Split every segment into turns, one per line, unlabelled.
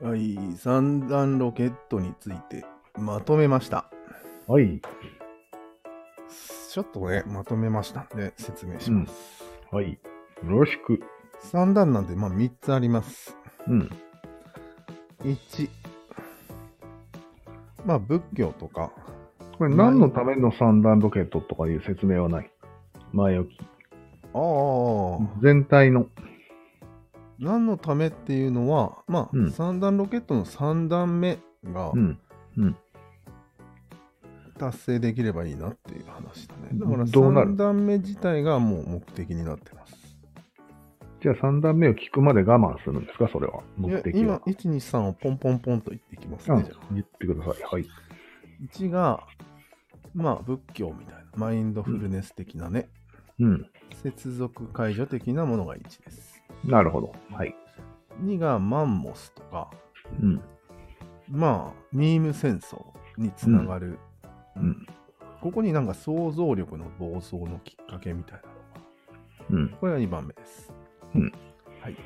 はい、三段ロケットについてまとめました。
はい。
ちょっとね、まとめましたんで説明します。
はい。よろしく。
三段なんで、まあ3つあります。
うん。
1、まあ仏教とか、
これ何のための三段ロケットとかいう説明はない。前置き。
ああ、
全体の。
何のためっていうのは、ま
うん
あ三段ロケットの3段目が
うん。
達成できればいいなっていう話だね。だから
どうなる
3段目自体がもう目的になってます。
じゃあ三段目を聞くまで我慢するんですかそれは。目
いや
的
今
は。、
1、2、3をポンポンポンと言っていきます
う
ね。
ん
じゃあ。
言ってください。はい。
1が、まあ、仏教みたいな、マインドフルネス的なね、
うん。
接続解除的なものが1です。
なるほど。はい。
2が、マンモスとか、
うん。
まあ、ミーム戦争につながる、
うん。
ここになんか想像力の暴走のきっかけみたいなのが、
うん。
これが2番目です。
うん。
はい。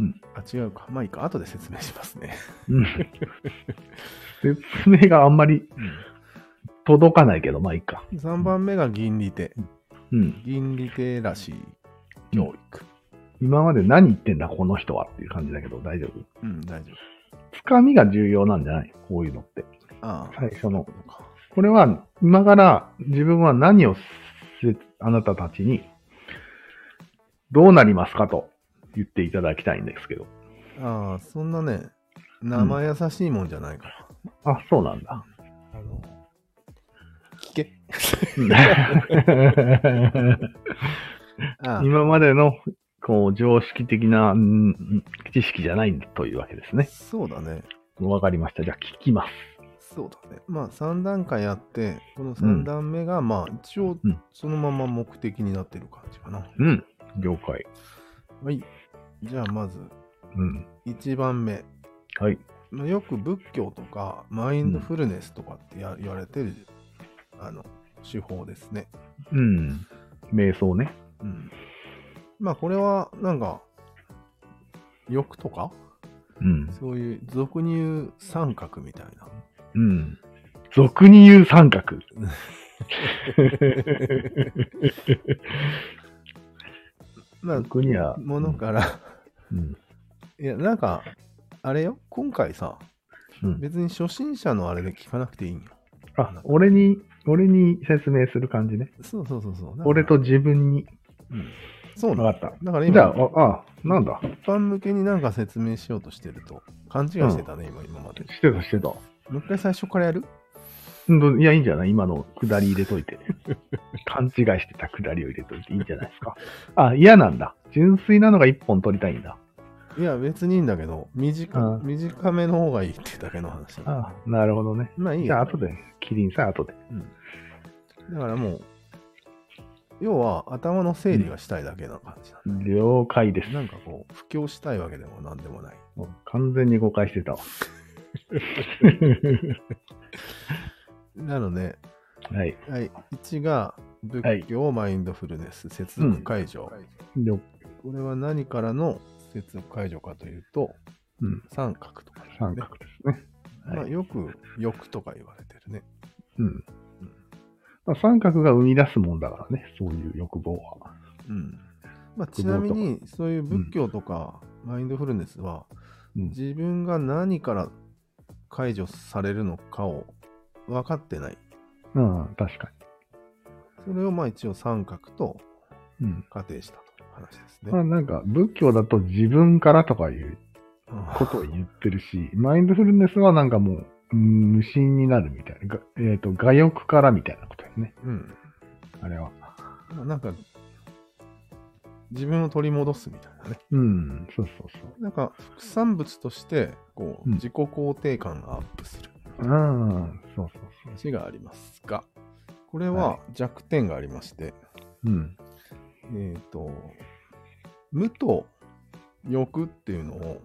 うん。
あ、違うか。まあいいか。後で説明しますね。
うん、説明があんまり届かないけど、まあいいか。
3番目が銀利手。
うん。
銀利手らしい教育。
今まで何言ってんだ、この人はっていう感じだけど、大丈夫。
うん、大丈夫。
つかみが重要なんじゃないこういうのって。
ああ、
最
そ
初の
ういうことか
これは、今から自分は何をせあなたたちに、どうなりますかと言っていただきたいんですけど。
ああ、そんなね、生優しいもんじゃないから。
あ、そうなんだ。
あの、聞け。ああ
今までの、こう、常識的な、うん知識じゃないというわけですね。
そうだね。
わかりました。じゃあ聞きます。
そうだね。まあ3段階あって、この3段目が、まあ一応
うん
そのまま目的になってる感じかな。
うん。了解。
はい。じゃあまず
うん。
1番目。
はい。
まあ、よく仏教とかマインドフルネスとかってや言われてる、あの手法ですね。
うん。瞑想ね。
うん。まあこれはなんか欲とか
うん。
そういう俗に言う三角みたいな。
うん。俗に言う三角。
まあ、
俗には。
ものから、
うん。
いや、なんか、あれよ、今回さ、
うん
別に初心者のあれで聞かなくていいんよ。
あ、俺に、俺に説明する感じね。
そうそうそうそう。
俺と、自分に。
そうな
わ
の。
かっ
だから
た。じゃあ、
今、
あ、あなんだ。
一般向けになんか説明しようとしてると、勘違いしてたね、今、今まで。
してた、してた。
もう一回最初からやる
うんいや、いいんじゃない今の下り入れと いて。勘違いしてた下りを入れといていいんじゃないですか。あ、嫌なんだ。純粋なのが一本取りたいんだ。
いや、別にいいんだけど、短
う
短めの方がいいってだけの話。
あなるほどね。
まあいい
じゃあ、
よ。
後で。キリンさん、後で。
だからもう、要は頭の整理がしたいだけな感じなんだ
了解です。
なんかこう、布教したいわけでもなんでもない。
もう完全に誤解 してたわ。
なので、
はい。
はい、1が仏教、マインドフルネス、接続解除、
了
これは何からの接続解除かというと、
うん
三角とか、ね、
三角ですね。はい
まあ、よく欲とか言われてるね。
うん。まあ、三角が生み出すもんだからね、そういう欲望は。
うんまあ、ちなみに、そういう仏教とか、マインドフルネスは、
うん、
自分が何から解除されるのかを分かってない。
うん、確か
それをまあ一応三角と
に。うん。
仮定したという話ですね。
まあなんか、仏教だと自分からとかいう
うん
ことを言ってるし、マインドフルネスはなんかもう、うん無心になるみたいな。がえっ、と、我欲からみたいなことですね。
うん
あれは。
まあなんか、自分を取り戻すみたいなね。
うん、そうそうそう。
なんか、副産物として、こう、
うん
自己肯定感がアップする
うん、そうそうそう。
話がありますが、これ
は
は弱点がありまして、
うん。
えっ、と、無と欲っていうのを、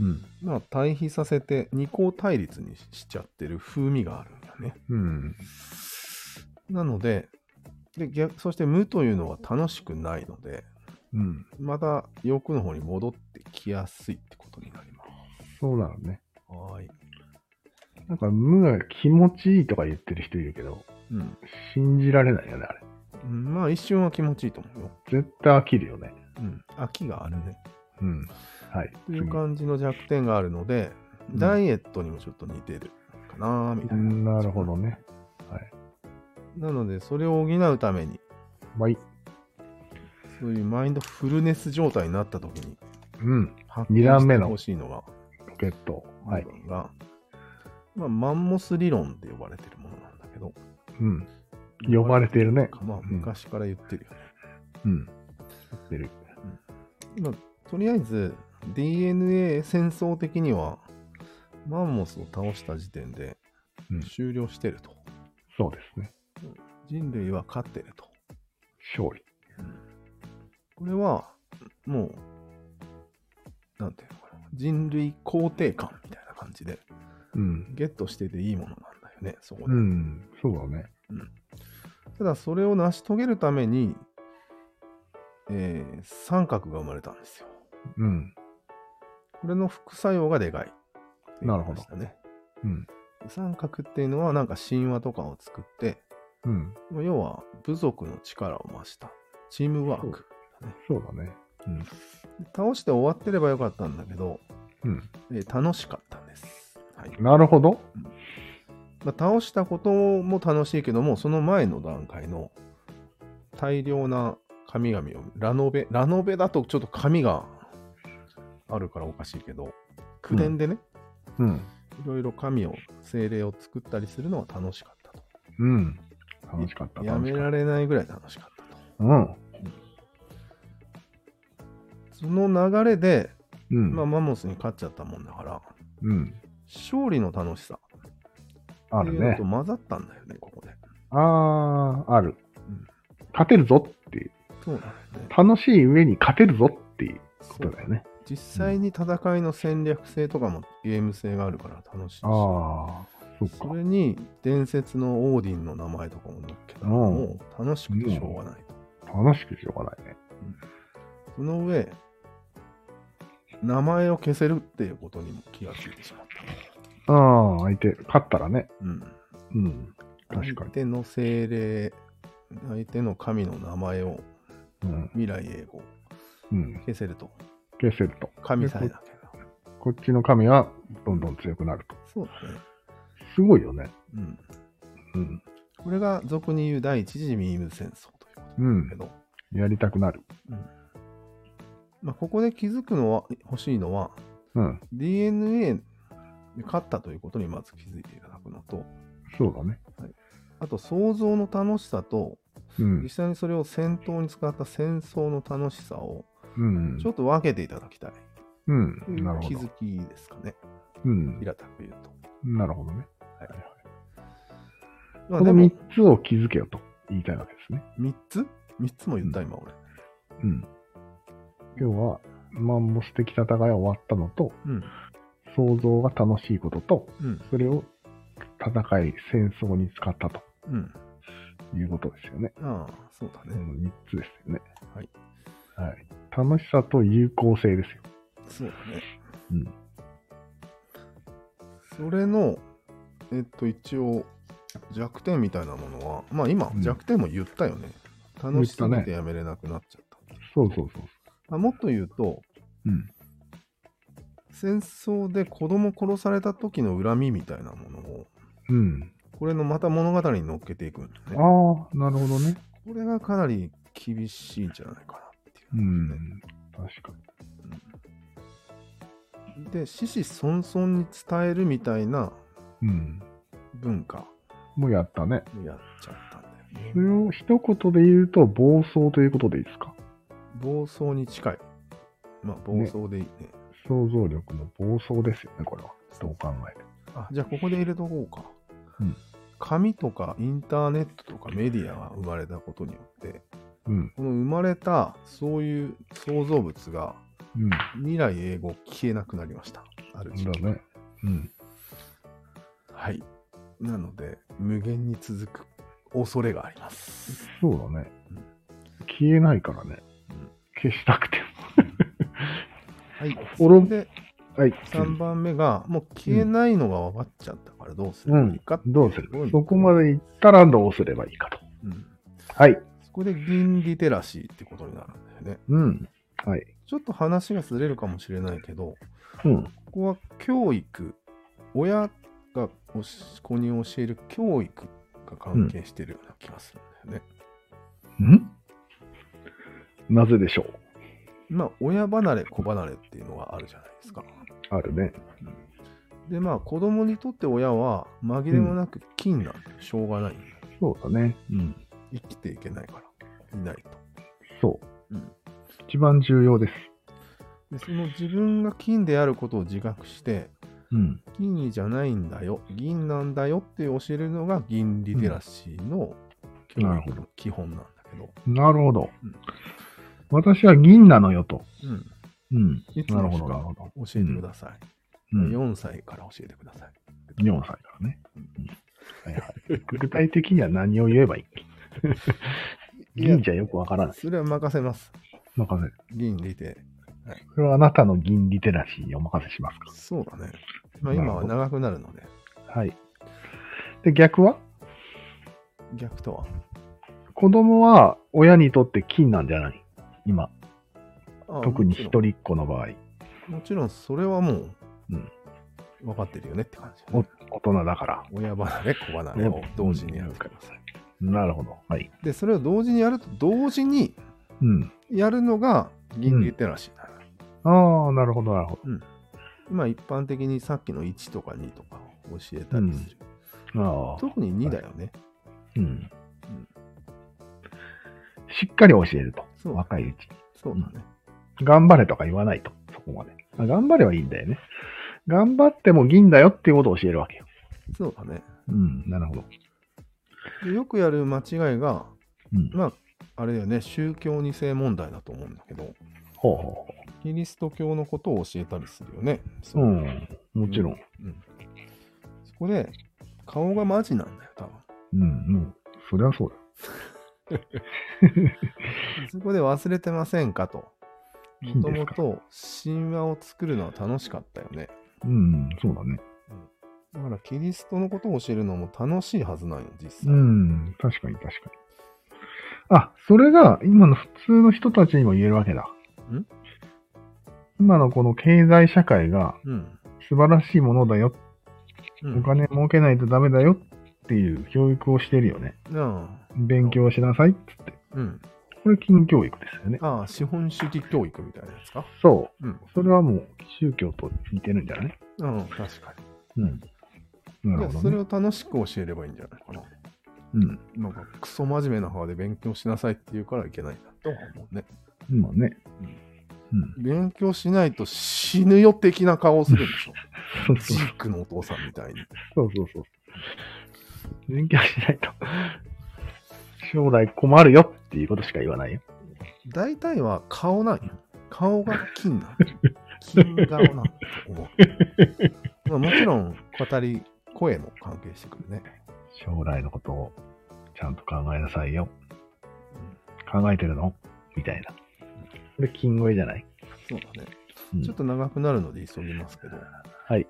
うん。
まあ、対比させて二項対立にしちゃってる風味があるんだよね。
うん。
なので、で逆そして無というのは楽しくないので、
うん。
また欲の方に戻ってきやすいってことになります。
そうだろうね。なんか無が気持ちいいとか言ってる人いるけど、
うん。
信じられないよね、あれ。
うんまあ一瞬は気持ちいいと思うよ。
絶対飽きるよね。
うん。飽きがあるね。
うん。はい。
という
次
感じの弱点があるので、
うん
ダイエットにもちょっと似てるかなみたいな。
なるほどね。はい。
なので、それを補うために、
はい。
そういうマインドフルネス状態になった時に、
うん。
発
二段目の
欲しいのが、
ロケット。はい。
部分が、まあ、マンモス理論って呼ばれてるものなんだけど、
うん。呼ばれてるね。
まあ、昔から言ってるよね。
うん。知ってる。
まあ、とりあえず DNA 戦争的にはマンモスを倒した時点で
うん
終了してると、
そうですね。
人類は勝ってると
勝利。
これはもうなんていうのかな人類肯定感みたいな感じで
うん。
ゲットしてていいものなんだよねそこで、
うん。そうだね。
ただそれを成し遂げるために、えー三角が生まれたんですよ
うん。
これの副作用がでかいっていう
なるほど
話だね
うん。
三角っていうのはなんか神話とかを作って
うん。
まあ要は部族の力を増したチームワーク
そうだね。
で倒して終わってればよかったんだけど、
うん。
えー楽しかったんです、はい
なるほど。
まあ、倒したことも楽しいけどもその前の段階の大量な神々をラノベラノベだとちょっと神があるからおかしいけど口伝でね、
うん。
いろいろ神を精霊を作ったりするのは楽しかったと
うん。楽しかった。
や
楽
め
しかっ
られないぐらい楽しかったと
た。うん。
その流れで、
うん。
まあ、マンモスに勝っちゃったもんだから、
うん。
勝利の楽しさ
あ
って
る
いうの
ね
と。混ざったんだよね、ここで。
ああ、ある
ん。
勝てるぞっていう。
そうなんだよね。
楽しい上に勝てるぞっていうことだよね。
実際に戦いの戦略性とかもゲーム性があるから楽しいし、
ああ、そっ
そ
か。
れに伝説のオーディンの名前とかも載っけたら、
うん
もう楽しくてしょうがない。
楽しくしょうがないね。
その上、名前を消せるっていうことにも気がついてしまった。
ああ、相手、勝ったらね。
うん、
うん。確か
相手の精霊、相手の神の名前を
に。うん。
未来英語
うん。
消せると。
消せると。
神さえだけど。
こっちの神はどんどん強くなると。
そうだね。
すごいよね。
うん。
うん。
これが俗に言う第一次ミーム戦争ということ
う
だけ
ん。
ど、
やりたくなる。
まあ、ここで気づくのは欲しいのは、
うん。
DNA で勝ったということにまず気づいていただくのと、
そうだね。
あと想像の楽しさと、
うん
実。際にそれを戦闘に使った戦争の楽しさを
うん
ちょ。っと分けていただきたい
うん
とい。
なる
う
ほ
気
ど
づ。きですかね、
うん。
平たく言うと。
なるほどね。
まあ
こ
で
の
も
3、つを気づけよと言いたいわけですね。
3つ ?3 つも言った今俺。
うん。今日は、マンモス的戦いは終わったのと、
うん。
想像が楽しいことと、
うん。
それを戦い、戦争に使ったと
うん。
いうことですよね。
ああ、そうだ
こ
ね。
の3つですよね。
はい。
はい。楽しさと有効性ですよ。
そうだね。
うん。
それの、えっと、一応、弱点みたいなものは、まあ今
う、ん
弱点も言ったよね。楽しすぎてやめれなくなっちゃった。
そうそうそう。
まあ、もっと言うと、
うん。
戦争で子供殺された時の恨みみたいなものを、
うん。
これのまた物語に乗っけていくんだね。
ああ、なるほどね。
これがかなり厳しいんじゃないかなっていう感
う
じね、
ん。確か
で、死死孫々に伝えるみたいな
に。うん。
文化
もうやったね。
をやっちゃったんだよ
そ
ね。
れを一言で言うと、暴走ということでいいですか
暴走に近い。まあ、暴走でいいね。
想像力の暴走ですよね、これは。どう考えても。
あじゃあ、ここで入れとこうか。
うん
紙
紙
とかインターネットとかメディアが生まれたことによって、
うん。
この生まれたそういう創造物が
うん。だ
未来英語消えなくなりました。ある時期。
ね。うん。
はい。なので、無限に続く恐れがあります。
そうだね。消えないからね
うん。
消したくて
はい。
俺
で、
も。はい。
3番目が、もう消えないのが分かっちゃったかからどうすればいいかってい
どうする
ところに
そこまで行ったらどうすればいいかと。
うん
はい。
そこで銀リテラシーってことになるんだよね。
うん。はい。
ちょっと話がずれるかもしれないけど、
うん。
ここは教育、親がおし子に教える教育が関係してるような気がするんだよね。
んなぜでしょう
まあ、親離れ、子離れっていうのがあるじゃないですか。
あるね。
で、まあ、子供にとって親は紛れもなく金なんでしょうがないんだよ。
そうだね。うん。
生きていけないから、いないと。
そう。
うん
一番重要です。
で、その自分が金であることを自覚して、
うん。
金じゃないんだよ、銀なんだよって教えるのが銀リテラシーの教
なる
育
ほ
の基本なんだけど、
なるほど。
うん
私は銀なのよと。
うん、
うん。
いつ
な
の
るほ
日
ど、なる
か
ほど。
教えてください。
うん、4,
4歳から教えてください。
歳からね。うんはいはい、具体的には何を言えばいい
いや
銀じゃよくわからない。
それは任せます。
任せる。
銀リテ。
それはあなたの銀リテラシーにお任せしますか
そうだね。まあ、今は長くなるので、
はい。で、逆は
逆とは。
子供は親にとって金なんじゃない今。
あ
特に一
もち
人っ子の場合。
ろんもちろんそれはもう、
うん
分かってるよねって感じ、
お大人だから。
親離れ、子離れを同時にやってください。
なるほど。はい。
で、それを同時にやると、同時に
うん。
やるのが銀リテラシーなの。
ああ、なるほど、なるほ
今一般的にさっきの1とか2とかを教えたりする。
ど。ああ。
特に2だよね。
うん。しっかり教えると。
そう
若いうち
そうだね。
に。頑張れとか言わないと。そこまで。あ頑張れはいいんだよね。頑張っても銀だよっていうことを教えるわけよ。
そうだね。
うん。なるほど。
でよくやる間違いが、
うん。
まあ、あれだよね、宗教2世問題だと思うんだけど、
ほうほうほ。
キリスト教のことを教えたりするよね。そう
うん。もちろん。
うんそこで、顔がマジなんだよ、多分。
うん。もう、そりゃそうだ。
そこで忘れてませんかと。
い
も
ん
と
です
も
か
と神話を作るのは楽しかったよね。
うん。そうだね。
だからキリストのことを教えるのも楽しいはずなんよ、実際。
うん、確かに確かに。あ、それが今の普通の人たちにも言えるわけだ。
ん
今のこの経済社会が
うん。
素晴らしいものだよ、
うん
お金儲けないとダメだよっていう教育をしてるよね。
うん。
勉強しなさいっつって。
うん。
これ、金教育ですよね。
ああ、資本主義教育みたいなやつか。
そ
うん。
う。それはもう宗教と似てるんじゃない
うん、確かに。
うん。
じゃあ
なるほ
そ
ど、
れ
ね。
を楽しく教えればいいんじゃないかな。
うん。
なんか、クソ真面目な方で勉強しなさいって言うからいけないんだとは思うね。
今ね。うん。
勉強しないと死ぬよ的な顔をするんでしょ。
そう
ジ
そう
ークのお父さんみたいに。
そうそうそう。勉強しないと、将来困るよっていうことしか言わないよ。
大体は顔なんよ。顔が金 なの。金顔なんだと思う。まあ、もちろん、語り、声も関係してくるね。
将来のことをちゃんと考えなさいよ。考えてるのみたいな。これ、金声じゃない、
そうだね。
うん
ちょっと長くなるので急ぎますけど、
はい。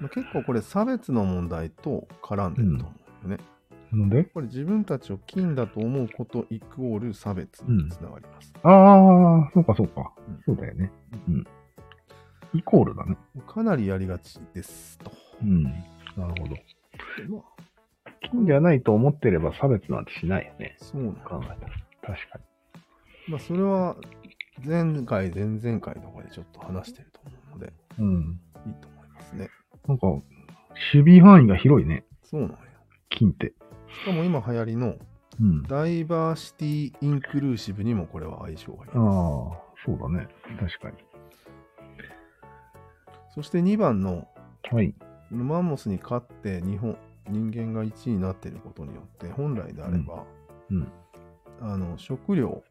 まあ、結構これ差別の問題と絡んでると思うよね。
なんで
これ自分たちを金だと思うことイコール差別につながります。
ああ、そうかそうか
うん。
そうだよね。うん。イコールだね。
かなりやりがちですと。
うん。なるほど。
まあ
金じゃないと思ってれば差別なんてしないよね。
そうなん
考えたら。確かに。
まあ、それは前回、前々回とかでちょっと話してると思うので、
うん。
いいと思いますね。
なんか、守備範囲が広いね。
そうなんよ。
金って。
しかも今流行りの
うん。
ダイバーシティ・インクルーシブにもこれは相性がいい
ああ、そうだね。確かに。
そして2番の
はい。
マンモスに勝って日本人間が1位になっていることによって本来であれば、
うんうん
あの食料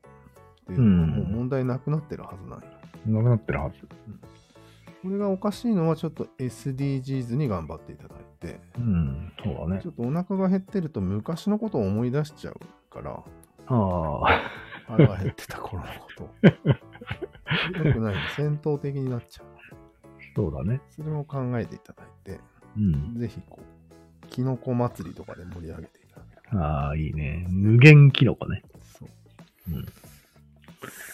っていうのはもう
うん
問題なくなってるはずなんよ、
なくなってるはず。
これがおかしいのはちょっと SDGs に頑張っていただいて
うん、そうだね
ち。ょっとお腹が減ってると昔のことを思い出しちゃうから
ああ、
腹が減ってた頃のことよくない戦闘的になっちゃう
そうだね。
それも考えていただいて
うん。
ぜひこう、キノコ祭りとかで盛り上げていただければ。
ああ、いいね。無限キノコね。
そう
うん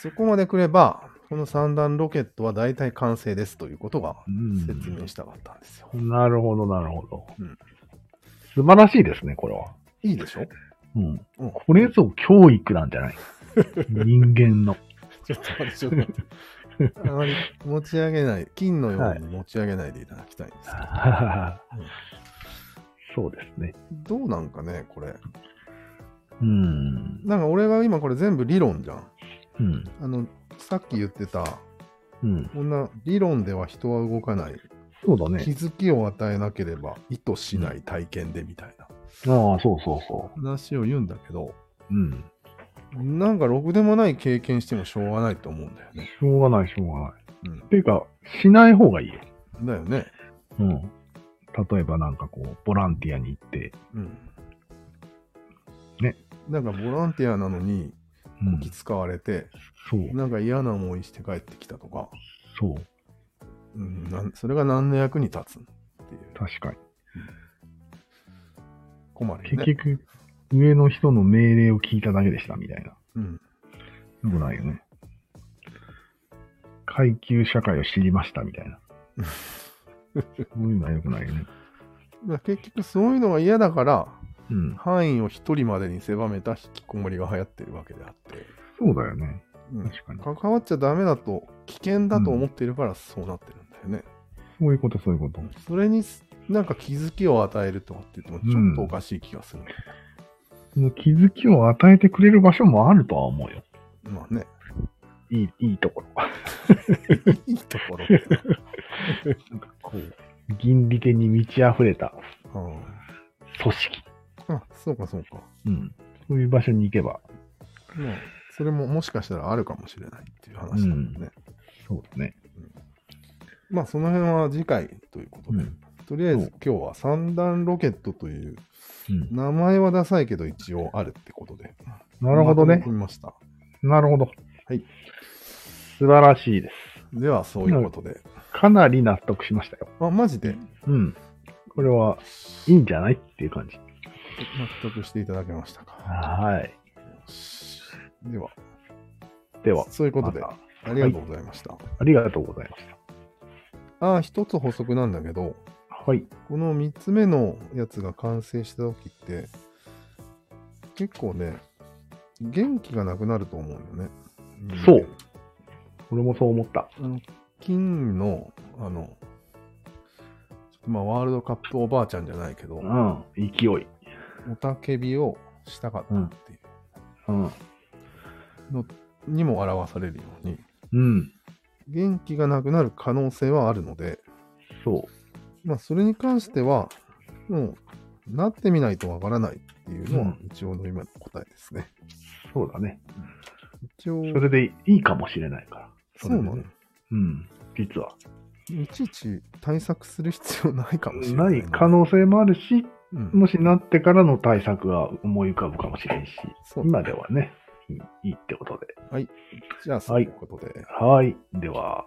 そこまでくれば、この三段ロケットは大体完成ですということが
うん
説明したかったんですよ。
なるほど、なるほど。
うん
素晴らしいですね、これは。
いいでしょ
うん。
うん
これぞ教育なんじゃない人間の。
ちょっと待って、ちょっと待って。あまり持ち上げない、金のように持ち上げないでいただきたいんですけど、
そうですね。
どうなんかね、これ。
うん。
なんか俺が今これ全部理論じゃん。
うん。
あの、さっき言ってた、
うん。
こんな理論では人は動かない、
そうだ
気
ね。
づきを与えなければ意図しない体験でみたいな
ああ、そうそうそ
話を言うんだけど、
う。うん。
なんかろくでもない経験してもしょうがないと思うんだよね。
しょうがない、しょうがない。
う
ていうか、しない方がいいよ。
ん、だよね。
うん。例えばなんかこう、ボランティアに行って、
うん。
ね。
なんかボランティアなのに
うん
気、使われて、
そう、
なんか嫌な思いして帰ってきたとか、
そう、
うん、なんそれが何の役に立つっていう
確かに。
困るよね。
結局、上の人の命令を聞いただけでした、みたいな。
うん、
よくないよね。階級社会を知りました、みたいな。そういうのはよくないよね。
まあ結局そういうのが嫌だから
うん。
範囲を一人までに狭めた引きこもりが流行ってるわけであって、
そうだよね。
うん、
確かに。
関わっちゃダメだと危険だと思ってるからそうなってるんだよね。
そういうこと、そういうこと。
それにすなんか気づきを与えるとかって言ってもちょっとおかしい気がする、
その気づきを与えてくれる場所もあるとは思うよ。
まあね、
いい、いいところ。
いいところ。
なんかこう、銀利手に満ち溢れた組織。
うんあ、そうかそうか。
うん。そういう場所に行けば、
まあ、それももしかしたらあるかもしれないっていう話だもんね。
そうだね。
まあその辺は次回ということで、
うん
とりあえず今日は三段ロケットという
うん。
名前はダサいけど一応あるってことで。
なるほど
ま
ね
と。めました。
なるほど。
はい。
素晴らしいです。
ではそういうことで。
かなり納得しましたよ。
あ、マジで
うん。これはいいんじゃないっていう感じ。
納得していただけましたか。
はい。
では、
では、
そういうことで、
また
ありがとうございました。
ありがとうございまし
ああ、一つ補足なんだけど、
た。はい。
この3つ目のやつが完成した時って、結構ね、元気がなくなると思うよね。
そう俺もそう思った。
あの金の、あの、ちょっとまあ、ワールドカップおばあちゃんじゃないけど、
う
お
ん。勢い。
たけびをしたかったっていう
うん。
にも表されるように、
うん。
元気がなくなる可能性はあるので、
そ
まあ、それに関しては、もう、なってみないとわからないっていうのは、一応の今の答えですね。
う。そうだね。
一応、
それでいいかもしれないから。
そうな
それ
の
で。うん。実は。
いちいち対策する必要ないかもしれな、
ないい可能性もあるし、
うん、
もしなってからの対策が思い浮かぶかもしれんし、
そう
今ではね、いいいいってことで。
じゃあ、そういうことで。
はい。では、